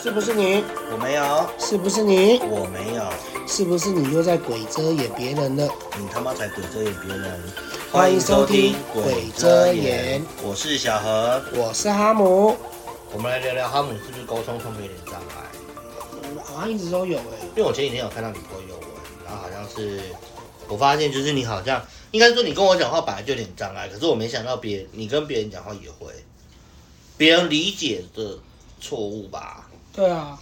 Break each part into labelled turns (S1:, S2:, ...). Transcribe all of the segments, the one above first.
S1: 是不是你？
S2: 我没有，
S1: 是不是你？
S2: 我没有，
S1: 是不是你又在鬼遮掩别人了？
S2: 你他妈才鬼遮眼别人！
S1: 欢迎收听
S2: 欢迎收
S1: 鬼遮眼，
S2: 我是小何。
S1: 我是哈姆，
S2: 我们来聊聊哈姆是不是沟通上面有点障碍？
S1: 我好像一直都有哎、
S2: 因为我前几天有看到你 po 有文，然后好像是我发现就是你好像应该说你跟我讲话本来就有点障碍，可是我没想到别人你跟别人讲话也会，别人理解的错误吧？
S1: 对啊，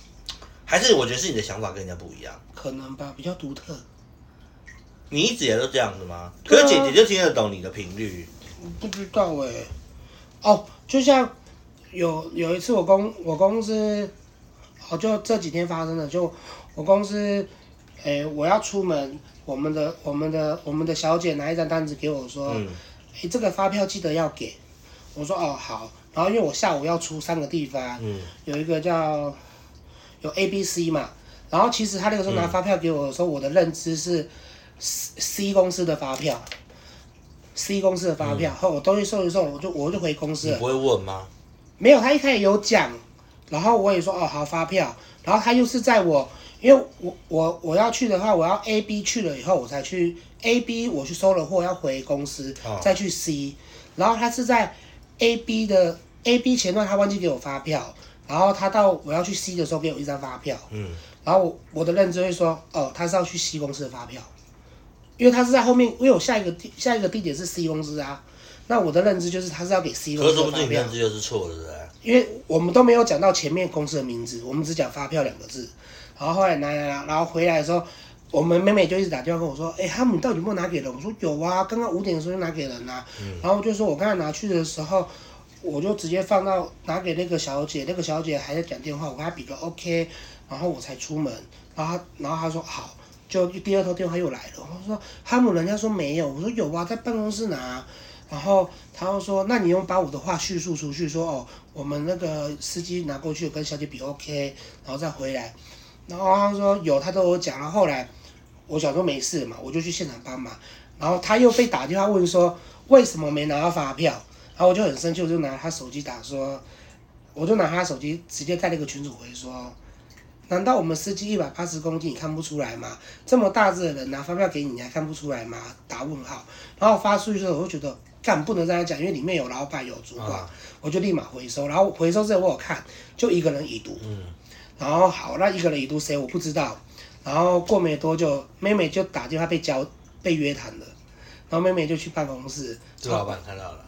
S2: 还是我觉得是你的想法跟人家不一样？
S1: 可能吧，比较独特。
S2: 你一直也都这样子吗？可
S1: 对啊
S2: 是姐姐就听得懂你的频率，
S1: 不知道哎、哦，就像有有一次我公我公司，哦，就这几天发生的，就我公司，哎、我要出门，我们的我们的我们的小姐拿一张单子给我说，哎、
S2: 嗯
S1: 这个发票记得要给，我说哦好，然后因为我下午要出三个地方，
S2: 嗯。
S1: 有一个叫有 A、B、C 嘛。然后其实他那个时候拿发票给我的时候，我的认知是 C C 公司的发票，C 公司的发票。后我东西收一收，我就我就回公司
S2: 你
S1: 了
S2: 不。会问吗？
S1: 没有，他一开始有讲，然后我也说哦好发票，然后他又是在我，因为我我我要去的话，我要 A B 去了以后，我才去 A B 我去收了货要回公司，
S2: 哦
S1: 再去 C，然后他是在 A B 的 A B 前段他忘记给我发票，然后他到我要去 C 的时候给我一张发票，
S2: 嗯，
S1: 然后我我的认知会说哦他是要去 C 公司的发票，因为他是在后面，因为我下一个地下一个地点是 C 公司啊。那我的认知就是他是要给 C 公
S2: 可
S1: 司
S2: 是
S1: 的
S2: 说不
S1: 发
S2: 定你
S1: 票
S2: 认，知就是错的，对不对？
S1: 因为我们都没有讲到前面公司的名字，我们只讲发票两个字。然后后来拿拿拿，然后回来的时候，我们妹妹就一直打电话跟我说：“哎、他们到底有没有拿给人？”我说：“有啊，刚刚五点的时候就拿给人啦、啊然后我就说：“我刚才拿去的时候，我就直接放到拿给那个小姐，那个小姐还在讲电话，我跟她比个 OK，然后我才出门。然后她然后她说好。”就第二通电话又来了，我说哈姆，人家说没有，我说有啊，在办公室拿。然后他又说，那你用把我的话叙述出去，说哦，我们那个司机拿过去跟小姐比 OK，然后再回来。然后他说有，他都有讲。然后后来我想说没事嘛，我就去现场帮忙。然后他又被打电话问说为什么没拿到发票，然后我就很生气，我就拿他手机打说，我就拿他手机直接在那个群主回说。难道我们司机一百八十公斤你看不出来吗？这么大只的人拿发票给你，你还看不出来吗？打问号。然后发出去之后，我就觉得干不能这样讲，因为里面有老板有主管，
S2: 啊
S1: 我就立马回收。然后回收之后我有看，就一个人已读。
S2: 嗯
S1: 然后好，那一个人已读谁我不知道。然后过没多久，妹妹就打电话被交被约谈了，然后妹妹就去办公室，
S2: 这老板看到了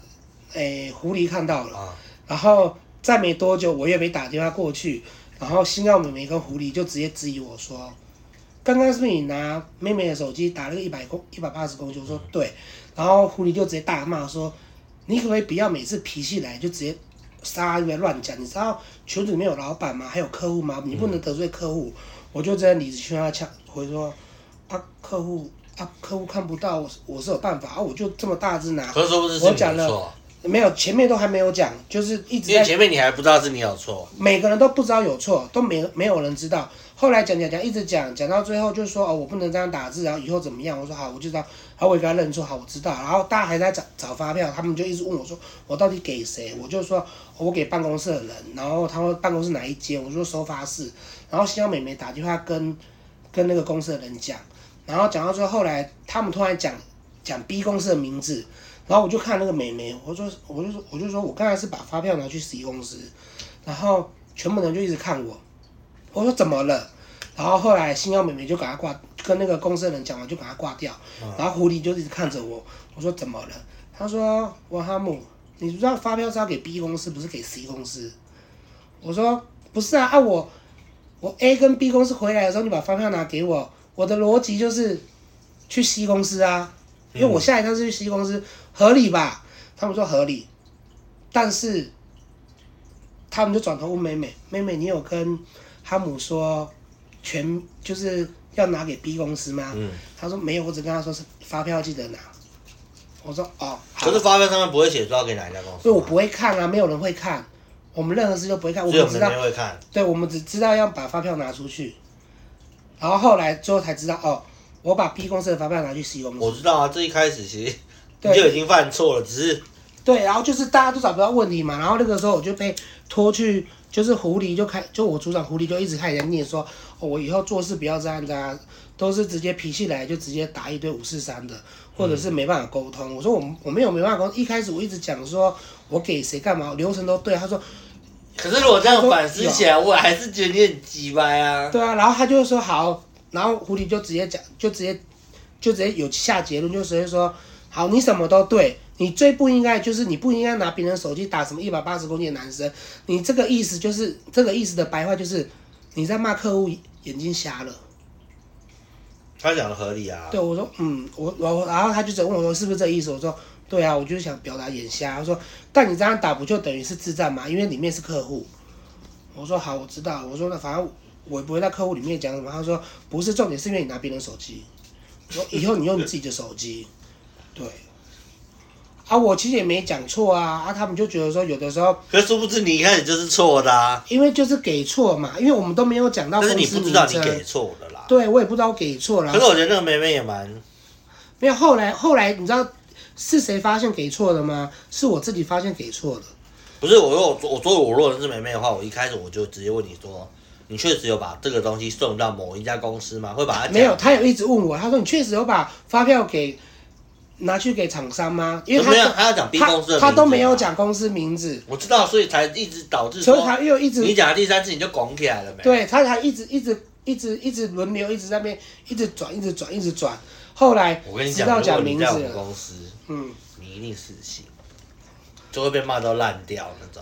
S1: 诶，狐狸看到了，
S2: 啊，
S1: 然后再没多久，我也没打电话过去，然后新澳美眉跟狐狸就直接质疑我说：“刚刚是不是你拿妹妹的手机打了个一百公一百八十公斤？”我说：“对。”然后狐狸就直接大骂说：“你可不可以不要每次脾气来就直接撒一边乱讲？你知道群组里面有老板吗？还有客户吗？你不能得罪客户。我就在理直气壮地呛回说：“啊，客户啊，客户看不到，我是我是有办法啊，我就这么大只拿。
S2: 可是说不定是
S1: 我
S2: 你
S1: 讲
S2: 的
S1: 了
S2: 错，”
S1: 没有，前面都还没有讲，就是一直
S2: 因为
S1: 在
S2: 前面你还不知道是你有错，
S1: 每个人都不知道有错，都没没有人知道。后来讲讲讲，一直讲讲到最后，就说哦，我不能这样打字，然后以后怎么样？我说好，我就知道。然后我也给他认错，好，我知道。然后大家还在找找发票，他们就一直问我说，我到底给谁？我就说、哦我给办公室的人，然后他们办公室哪一间？我就说收发室。然后新疆美眉打电话跟跟那个公司的人讲，然后讲到最后，后来他们突然讲讲 B 公司的名字，然后我就看那个美眉，我说我就说我就说我刚才是把发票拿去 C 公司，然后全部人就一直看我，我说怎么了？然后后来星耀美眉就给他挂，跟那个公司的人讲完就给他挂掉，然后狐狸就一直看着我，我说怎么了？他说王哈姆，你知道发票是要给 B 公司，不是给 C 公司？我说不是啊，啊我我 A 跟 B 公司回来的时候，你把发票拿给我，我的逻辑就是去 C 公司啊，因为我下一趟是去 C 公司，合理吧？他们说合理，但是他们就转头问妹妹，妹妹你有跟哈姆说全就是要拿给 B 公司吗？
S2: 嗯，
S1: 他说没有，我只跟他说是发票记得拿。我说哦，好
S2: 可是，发票上面不会写说要给哪一家公司
S1: 所以我
S2: 吗，
S1: 不会看啊，没有人会看，我们任何事都不会看，我
S2: 所以
S1: 们
S2: 我
S1: 知
S2: 们
S1: 道
S2: 那边会看，
S1: 对，我们只知道要把发票拿出去，然后后来最后才知道哦，我把 B 公司的发票拿去 C 公
S2: 我
S1: 司，
S2: 知道啊，这一开 始其实
S1: 对
S2: 你就已经犯错了，只是
S1: 对，然后就是大家都找不到问题嘛，然后那个时候我就被拖去就是狐狸就开，就我组长狐狸就一直开始在念说，哦，我以后做事不要这样子啊，都是直接脾气来就直接打一堆五四三的，或者是没办法沟通。我说我我没有没办法沟通，一开始我一直讲说我给谁干嘛，流程都对。他说
S2: 可是如果这样反思起来，我还是觉得你很鸡掰啊。
S1: 对啊，然后他就说好，然后狐狸就直接讲，就直接就直接有下结论，就直接说好，你什么都对，你最不应该就是你不应该拿别人手机打什么一百八十公斤的男生，你这个意思就是这个意思的白话就是你在骂客户眼睛瞎了。
S2: 他讲的合理啊，
S1: 对，我说嗯，我我然后他就只问我说是不是这意思？我说对啊，我就是想表达眼瞎。他说，但你这样打不就等于是自战吗？因为里面是客户。我说好，我知道。我说那反正我也不会在客户里面讲什么。他说不是重点，是因为你拿别人手机。我说以后你用你自己的手机。对。啊，我其实也没讲错啊，啊，他们就觉得说有的时候，
S2: 可是殊不知你一开始就是错的啊，
S1: 因为就是给错嘛，因为我们都没有讲到
S2: 但
S1: 公
S2: 是
S1: 司
S2: 你
S1: 名
S2: 不
S1: 称。
S2: 知道你给错的啦。
S1: 对，啊我也不知道我给错了。
S2: 可是我觉得那个妹妹也蛮，
S1: 没有，后来后来你知道是谁发现给错的吗？是我自己发现给错的。
S2: 不是我如果我说我如果是妹妹的话，我一开始我就直接问你说，你确实有把这个东西送到某一家公司吗？会把它讲
S1: 没有，他有一直问我，他说你确实有把发票给拿去给厂商吗？因为
S2: 怎么样？
S1: 他
S2: 还要讲 B 公司的
S1: 他他都
S2: 名字
S1: 没有
S2: 吗，
S1: 讲公司名字，
S2: 我知道，所以才一直导致
S1: 所
S2: 说
S1: 以他又一直
S2: 你讲的第三次你就拱起来了没？
S1: 对他才一直一直一直一直轮流，一直在那边一直转，一直转，一直转。后来
S2: 我跟你
S1: 直
S2: 讲，
S1: 到
S2: 如果
S1: 讲
S2: 你
S1: 名
S2: 在我
S1: 字
S2: 们
S1: 了，
S2: 公司，
S1: 嗯，
S2: 你一定死心，就会被骂到烂掉那种。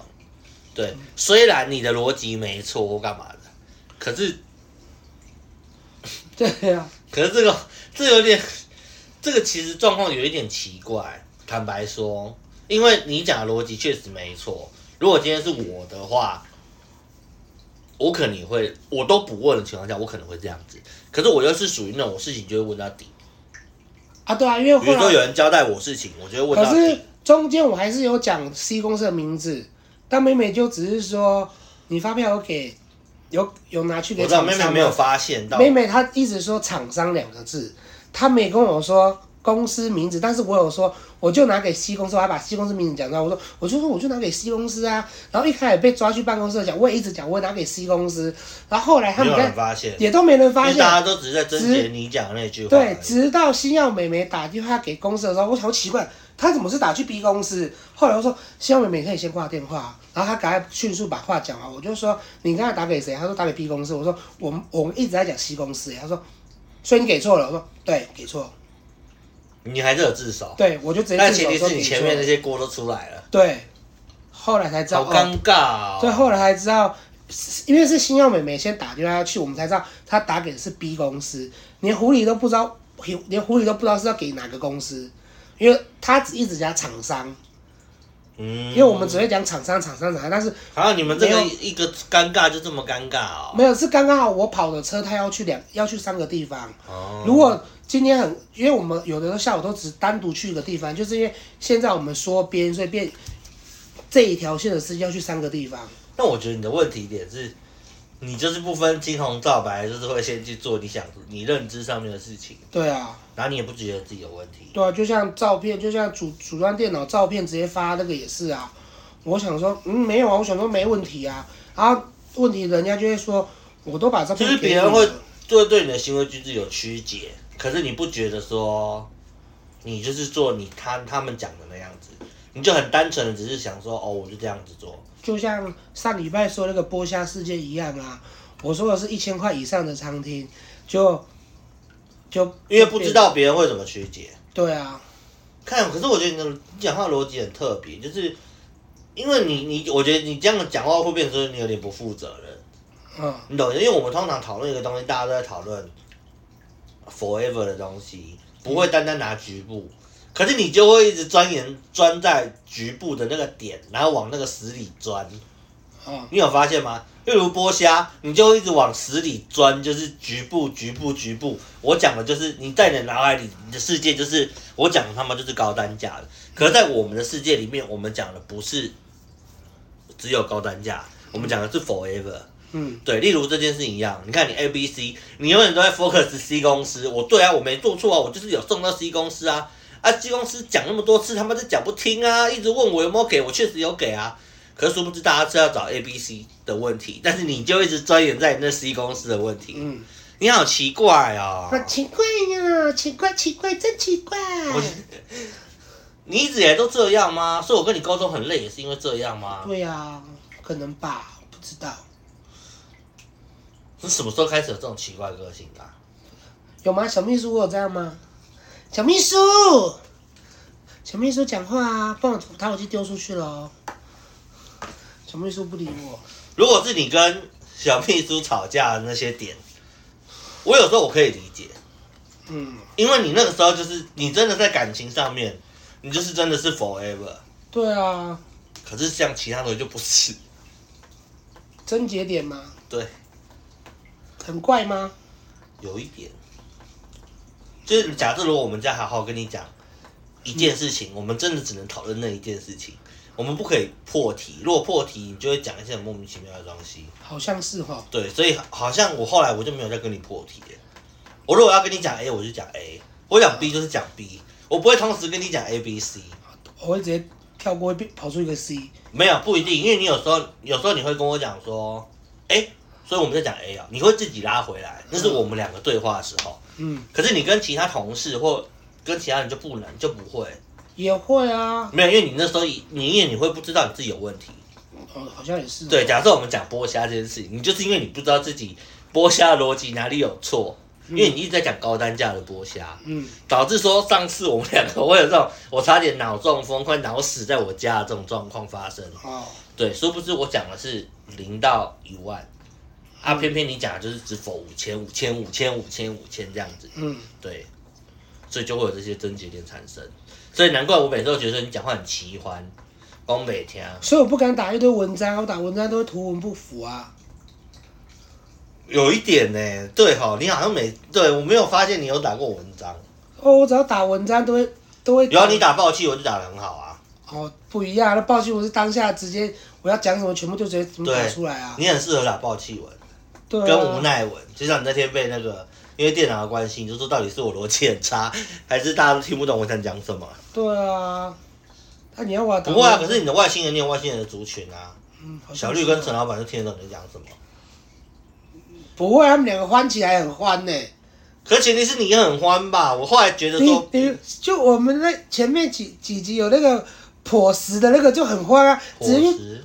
S2: 对，虽然你的逻辑没错或干嘛的，可是
S1: 对啊，
S2: 可是这个这有点，这个其实状况有一点奇怪。坦白说，因为你讲的逻辑确实没错。如果今天是我的话，我可能会我都不问的情况下，我可能会这样子。可是我又是属于那种事情就会问到底，
S1: 啊对啊，因为
S2: 比
S1: 后
S2: 如说
S1: 来
S2: 有人交代我事情，我就会问
S1: 可
S2: 到
S1: 是
S2: 底。
S1: 中间我还是有讲 C 公司的名字，但妹妹就只是说你发票有给有有拿去
S2: 我
S1: 给
S2: 知道
S1: 厂
S2: 妹
S1: 商
S2: 妹
S1: 吗
S2: 没有发现到，
S1: 妹妹她一直说厂商两个字，她没跟我说公司名字，但是我有说，我就拿给 C 公司，我还把 C 公司名字讲出来，我说我就说我就拿给 C 公司啊，然后一开始被抓去办公室讲，我也一直讲我拿给 C 公司，然后后来他
S2: 没
S1: 们
S2: 有人
S1: 在
S2: 发现，
S1: 也都没人
S2: 因
S1: 发
S2: 为
S1: 现
S2: 大，家都只是在贞洁你讲的那句话。
S1: 对，直到星耀美美打电话给公司的时候，我好奇怪，她怎么是打去 B 公司？后来我说星耀美美可以先挂电话，然后她赶快迅速把话讲完。我就说你刚才打给谁？她说打给 B 公司。我说我们我们一直在讲 C 公司，她说所以你给错了。我说对，给错，
S2: 你还是有自首，
S1: 对我就直接
S2: 但
S1: 自
S2: 前
S1: 首
S2: 提
S1: 说
S2: 是你
S1: 给
S2: 前
S1: 错
S2: 面那些锅都出来了，
S1: 对，后来才知道
S2: 好
S1: 哦，
S2: 尴尬、哦。
S1: 所以后来才知道。是因为是星耀美美先打电话去，我们才知道她打给的是 B 公司，连狐狸都不知道，连狐狸都不知道是要给哪个公司，因为他只一直讲厂商，
S2: 嗯，
S1: 因为我们只会讲厂商、厂商、厂商，但是
S2: 好像你们这
S1: 没
S2: 个
S1: 有
S2: 一个尴尬就这么尴尬哦。
S1: 没有是刚刚好我跑的车，他要去两要去三个地方。
S2: 哦
S1: 如果今天很，因为我们有的时候下午都只单独去一个地方，就是因为现在我们缩编，所以变这一条线的司机要去三个地方。
S2: 那我觉得你的问题点是，你就是不分青红皂白，就是会先去做你想你认知上面的事情，
S1: 对啊，
S2: 然后你也不觉得自己有问题。
S1: 对啊，就像照片，就像组组装电脑照片直接发那个也是啊。我想说，嗯，没有啊，我想说没问题啊。然后问题人家就会说，我都把照片
S2: 就是
S1: 给
S2: 别
S1: 你
S2: 人会
S1: 了
S2: 就会对你的行为举止有曲解，可是你不觉得说，你就是做你他他们讲的那样子，你就很单纯的只是想说，哦，我就这样子做。
S1: 就像上礼拜说那个剥虾事件一样啊，我说的是一千块以上的餐厅，就就
S2: 因为不知道别人会怎么曲解。
S1: 对啊，
S2: 看，可是我觉得你的你讲话逻辑很特别，就是因为你你，我觉得你这样讲话会变成说你有点不负责任，
S1: 嗯
S2: 你懂的？因为我们通常讨论一个东西，大家都在讨论 forever 的东西，不会单单拿局部。可是你就会一直钻研钻在局部的那个点，然后往那个死里钻。
S1: 嗯，
S2: 你有发现吗？例如剥虾，你就一直往死里钻，就是局部、局部、局部。我讲的就是你在你的脑海里，你的世界就是我讲的他妈就是高单价的。可是在我们的世界里面，我们讲的不是只有高单价，我们讲的是 forever。
S1: 嗯，
S2: 对，例如这件事情一样，你看你 A、B、C，你永远都在 focus C 公司。我对啊，我没做错啊，我就是有送到 C 公司啊。啊，C 公司讲那么多次，他妈就讲不听啊，一直问我有没有给，我确实有给啊。可是殊不知大家是要找 A、B、C 的问题，但是你就一直钻研在你那 C 公司的问题，
S1: 嗯，
S2: 你好奇怪哦。
S1: 好奇怪呀、奇怪奇怪，真奇怪。
S2: 我你一直以来都这样吗？所以我跟你沟通很累，也是因为这样吗？
S1: 对呀、啊可能吧，不知道。
S2: 是什么时候开始有这种奇怪个性的啊、
S1: 有吗？小秘书，我有这样吗？小秘书，小秘书讲话啊，不然我打火机丢出去了哦。小秘书不理我，
S2: 如果是你跟小秘书吵架的那些点，我有时候我可以理解，
S1: 嗯，
S2: 因为你那个时候就是你真的在感情上面，你就是真的是 forever。
S1: 对啊，
S2: 可是像其他东西就不是，
S1: 症结点吗？
S2: 对，
S1: 很怪吗？
S2: 有一点，就是假设如果我们再好好跟你讲一件事情，我们真的只能讨论那一件事情，我们不可以破题。如果破题，你就会讲一些很莫名其妙的东西。
S1: 好像是哈、
S2: 对，所以好好像我后来我就没有再跟你破题了。我如果要跟你讲 A，我就讲 A；我讲 B 就是讲 B，我不会同时跟你讲 A、B、C。
S1: 我会直接跳过，会跑出一个 C。
S2: 没有不一定，因为你有时候有时候你会跟我讲说，哎、所以我们在讲 A 啊，你会自己拉回来，那是我们两个对话的时候。
S1: 嗯，
S2: 可是你跟其他同事或跟其他人就不能就不会，
S1: 也会啊，
S2: 没有，因为你那时候你因为你会不知道你自己有问题。
S1: 哦，好像也是。
S2: 对，，假设我们讲剥虾这件事情，你就是因为你不知道自己剥虾的逻辑哪里有错，因为你一直在讲高单价的剥虾，
S1: 嗯，
S2: 导致说上次我们两个会有这种我差点脑中风、快脑死在我家的这种状况发生。
S1: 哦，
S2: 对，殊不知我讲的是零到一万，啊，偏偏你讲的就是只否五千、五千、五千、五千、五千这样子。
S1: 嗯，
S2: 对，所以就会有这些症结点产生。所以难怪我每次都觉得你讲话很奇欢，光每天
S1: 所以我不敢打一堆文章，我打文章都会图文不符啊。
S2: 有一点呢、对哈，你好像每对我没有发现你有打过文章，
S1: 哦，我只要打文章都会都会。
S2: 然后啊你打爆气，我就打得很好啊。
S1: 哦，不一样。那暴气我是当下直接我要讲什么，全部就直接怎么
S2: 对
S1: 打出来啊？
S2: 你很适合打爆气文
S1: 对啊，
S2: 跟无奈文，就像你那天被那个因为电脑的关系，你就说到底是我逻辑很差，还是大家都听不懂我想讲什么？
S1: 对啊。那、你要我打？
S2: 不会啊，可是你的外星人，你有外星人的族群啊，
S1: 嗯好像
S2: 小绿
S1: 是
S2: 跟陈老板就听得懂你在讲什么。
S1: 不会，他们两个欢起来很欢呢、
S2: 可前提是你也很欢吧？我后来觉得
S1: 你
S2: 说，
S1: 你就我们那前面几几集有那个破石的那个就很欢啊，
S2: 伙
S1: 只是
S2: 食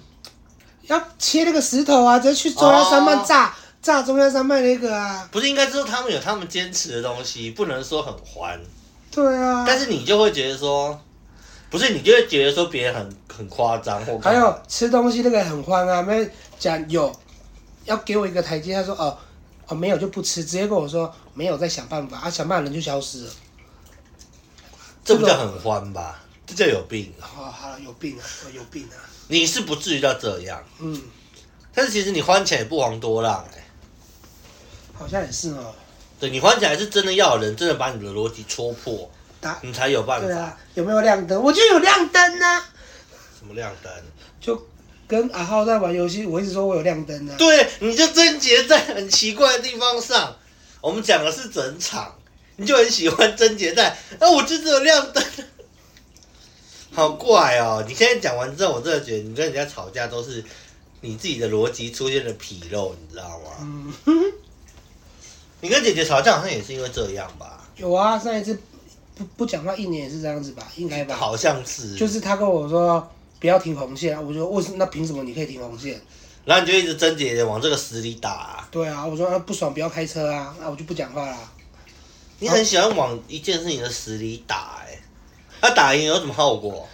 S1: 要切那个石头啊，直接去中央山脉
S2: 哦
S1: 炸、炸中央山脉那个啊，
S2: 不是应该说他们有他们坚持的东西，不能说很欢，
S1: 对啊。
S2: 但是你就会觉得说，不是你就会觉得说别人很很夸张或
S1: 还
S2: 干嘛
S1: 有吃东西那个很欢啊，没讲有要给我一个台阶，他说哦哦没有就不吃，直接跟我说没有再想办法啊，想办法人就消失了。
S2: 这不叫很欢吧？这叫有病啊！
S1: 哦，好了，有病啊，我有病啊，
S2: 你是不至于到这样，
S1: 嗯，
S2: 但是其实你欢起来也不遑多让哎、
S1: 好像也是哦，
S2: 对你欢起来是真的要有人真的把你的逻辑戳破，
S1: 打
S2: 你才有办
S1: 对
S2: 法。
S1: 啊，有没有亮灯？我就有亮灯啊，
S2: 什么亮灯？
S1: 就跟阿浩在玩游戏，我一直说我有亮灯啊，
S2: 对，你就症结在很奇怪的地方上。我们讲的是整场，你就很喜欢症结在，那、我就只有亮灯， 好怪哦！你现在讲完之后，我真的觉得你跟人家吵架都是你自己的逻辑出现了纰漏，你知道吗？
S1: 嗯，
S2: 你跟姐姐吵架好像也是因为这样吧？
S1: 有啊，上一次不不讲话一年也是这样子吧，应该吧，
S2: 好像是，
S1: 就，是他跟我说不要停红线啊，我说为什么？那凭什么你可以停红线？
S2: 然后你就一直症结往这个死里打啊、
S1: 对啊，我说啊不爽不要开车啊，那、我就不讲话啦。
S2: 你很喜欢往一件事情的死里打、哎，那、打赢有什么后果？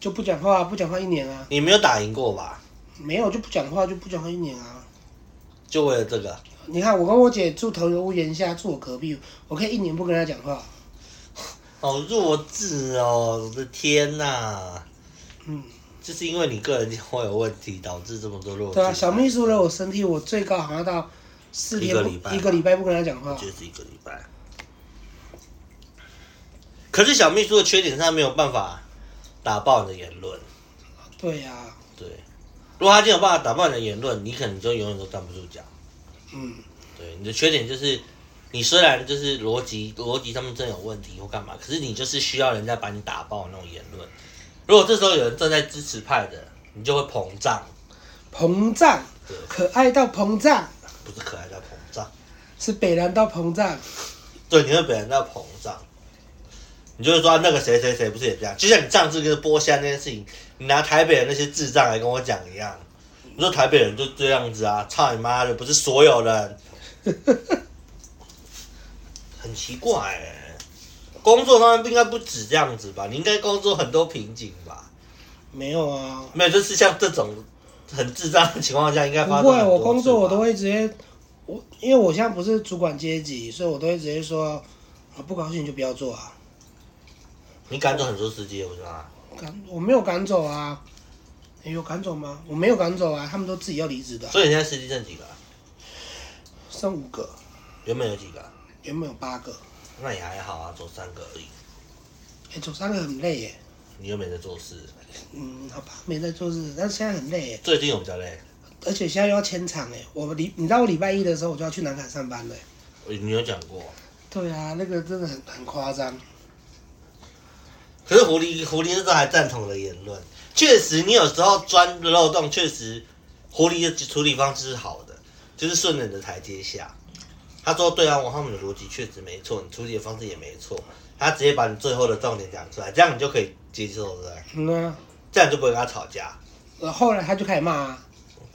S1: 就不讲话、啊，不讲话一年啊，
S2: 你没有打赢过吧？
S1: 没有就不讲话，就不讲话一年啊。
S2: 就为了这个。
S1: 你看我跟我姐住同一个屋檐下，住我隔壁，我可以一年不跟她讲话。
S2: 好弱智哦！我的天呐，
S1: 嗯，
S2: 就是因为你个人会有问题，导致这么多弱智。
S1: 对啊，小秘书惹我生气，我最高好像到四天
S2: 一个
S1: 不
S2: 礼拜吧
S1: 一个礼拜不跟她讲话。
S2: 就是一个礼拜。可是小秘书的缺点是他没有办法打爆你的言论，
S1: 对啊，
S2: 对。如果他今天有办法打爆你的言论，你可能就永远都站不住脚。
S1: 嗯，
S2: 对，你的缺点就是，你虽然就是逻辑逻辑上面真的有问题或干嘛，可是你就是需要人家把你打爆那种言论。如果这时候有人站在支持派的，你你就会膨胀，
S1: 膨胀
S2: 对，
S1: 可爱到膨胀，
S2: 不是可爱叫膨胀，
S1: 是北南到膨胀，
S2: 对，你会被人家膨胀，你就会说、啊那个谁谁谁不是也这样？就像你上次跟剥虾那件事情，你拿台北人那些智障来跟我讲一样，你说台北人就这样子啊，操你妈的，不是所有人，很奇怪欸工作上面不应该不止这样子吧？你应该工作很多瓶颈吧？
S1: 没有啊，
S2: 没有，就是像这种很智障的情况下，应该
S1: 不
S2: 发生
S1: 会，
S2: 很
S1: 我
S2: 多
S1: 工
S2: 次
S1: 作我
S2: 吧
S1: 都会直接，我因为我现在不是主管阶级，所以我都会直接说，啊不高兴就不要做啊，
S2: 你赶走很多司机，我知道啊。
S1: 赶我没有赶走啊，诶有赶走吗？我没有赶走啊，他们都自己要离职的啊，
S2: 所以你现在司机剩几个啊？
S1: 剩五个，
S2: 原本有几个啊？
S1: 原本有八个，
S2: 那也还好啊，走三个而已。
S1: 哎、走三个很累耶，
S2: 你又没在做事，
S1: 嗯，好吧，没在做事，但是现在很累耶，
S2: 最近有比较累。
S1: 而且现在又要签场哎，我礼你知道我礼拜一的时候我就要去南港上班了耶，
S2: 你有讲过，
S1: 对啊，那个真的很很夸张。
S2: 可是狐狸狐狸那时候还赞同我的言论，确实你有时候钻漏洞，确实狐狸的处理方式是好的，就是顺着你的台阶下。他说对啊，我他们的逻辑确实没错，你处理的方式也没错，他直接把你最后的重点讲出来，这样你就可以接受，对不对？
S1: 嗯啊，
S2: 这样就不会跟他吵架。
S1: 呃后来他就开始骂、啊，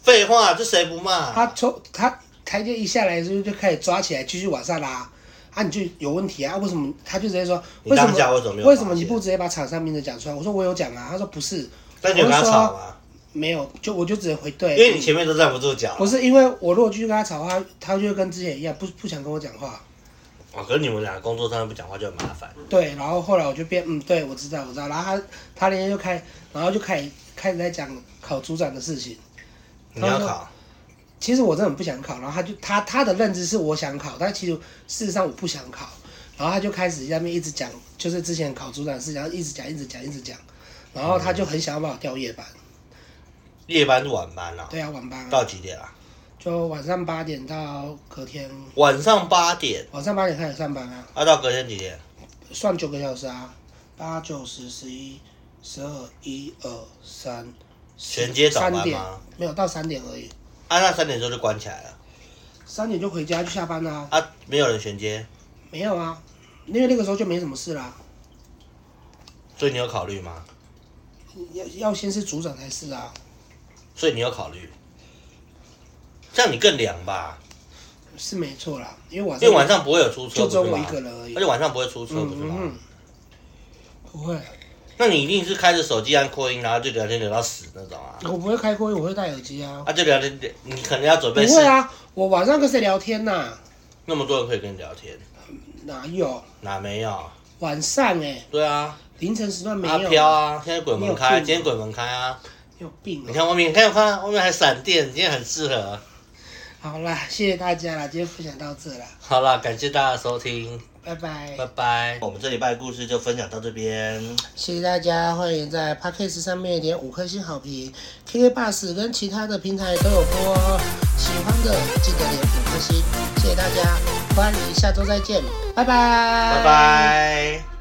S2: 废话，这谁不骂？
S1: 他从他台阶一下来之后就开始抓起来，继续往上拉。啊，你就有问题啊？为什么？他就直接说，
S2: 你
S1: 为什
S2: 当下
S1: 么？
S2: 为什么没有？
S1: 为什么你不？直接把厂商名字讲出来？我说我有讲啊。他说不是，
S2: 那你有跟他吵吗？
S1: 没有，就我就只能回对。
S2: 因为你前面都站不住脚。
S1: 不是因为我如果继续跟他吵的话，他就会跟之前一样，不不想跟我讲话。
S2: 哦，可是你们俩工作上面不讲话就很麻烦。
S1: 对，然后后来我就变，嗯，对，我知道，我知道。然后他他那天就开，然后就开始开始在讲考组长的事情。
S2: 你要考，
S1: 其实我真的很不想考，然后他就他他的认知是我想考，但其实事实上我不想考，然后他就开始在那边一直讲，就是之前考组长的事情，然后一直讲一直讲一直讲，然后他就很想要把我调夜班，
S2: 夜班是晚班啊，
S1: 对啊，晚班啊，
S2: 到几点啊？
S1: 就晚上八点到隔天
S2: 晚上八点，
S1: 晚上八点开始上班啊，
S2: 啊，到隔天几点？
S1: 算九个小时啊，八九十十一十二一二三，
S2: 全接早班吗
S1: 三点没有到三点而已，
S2: 啊，那三点钟就关起来了。
S1: 三点就回家就下班啦、
S2: 啊，没有人衔接，
S1: 没有啊，因为那个时候就没什么事啦，
S2: 所以你有考虑吗？
S1: 要要先是组长才是啊。
S2: 所以你有考虑，这样你更凉吧？
S1: 是没错啦，因为晚
S2: 因
S1: 上
S2: 为晚上不会有出车，
S1: 啊就只有
S2: 不是
S1: 我一
S2: 吗？
S1: 个人而已
S2: 而且晚上不会出车，不是
S1: 嗯
S2: 吗
S1: 嗯？，不会，
S2: 那你一定是开着手机按扩音，然后就聊天聊到死那种啊？
S1: 我不会开扩音，我会戴耳机啊。
S2: 啊，就聊天，你可能要准
S1: 不
S2: 备是
S1: 会啊，我晚上跟谁聊天呐、
S2: 那么多人可以跟你聊天，
S1: 哪有
S2: 哪没有？
S1: 晚上哎、
S2: 对啊，
S1: 凌晨时段没
S2: 阿
S1: 有，
S2: 飘啊，现在鬼门
S1: 你有
S2: 开，
S1: 病
S2: 今天鬼门开啊！
S1: 有病、
S2: 你
S1: 啊。
S2: 看外面，你看我看外面还闪电，今天很适合。
S1: 哦好啦，谢谢大家啦，今天分享到这啦，
S2: 好啦，感谢大家的收听，
S1: 拜拜
S2: 拜。拜。我们这礼拜的故事就分享到这边，
S1: 谢谢大家，欢迎在 Podcast 上面点五颗星好评，KK Bus 跟其他的平台都有播哦。喜欢的记得点五颗星，谢谢大家，欢迎下周再见，拜拜，
S2: 拜。拜。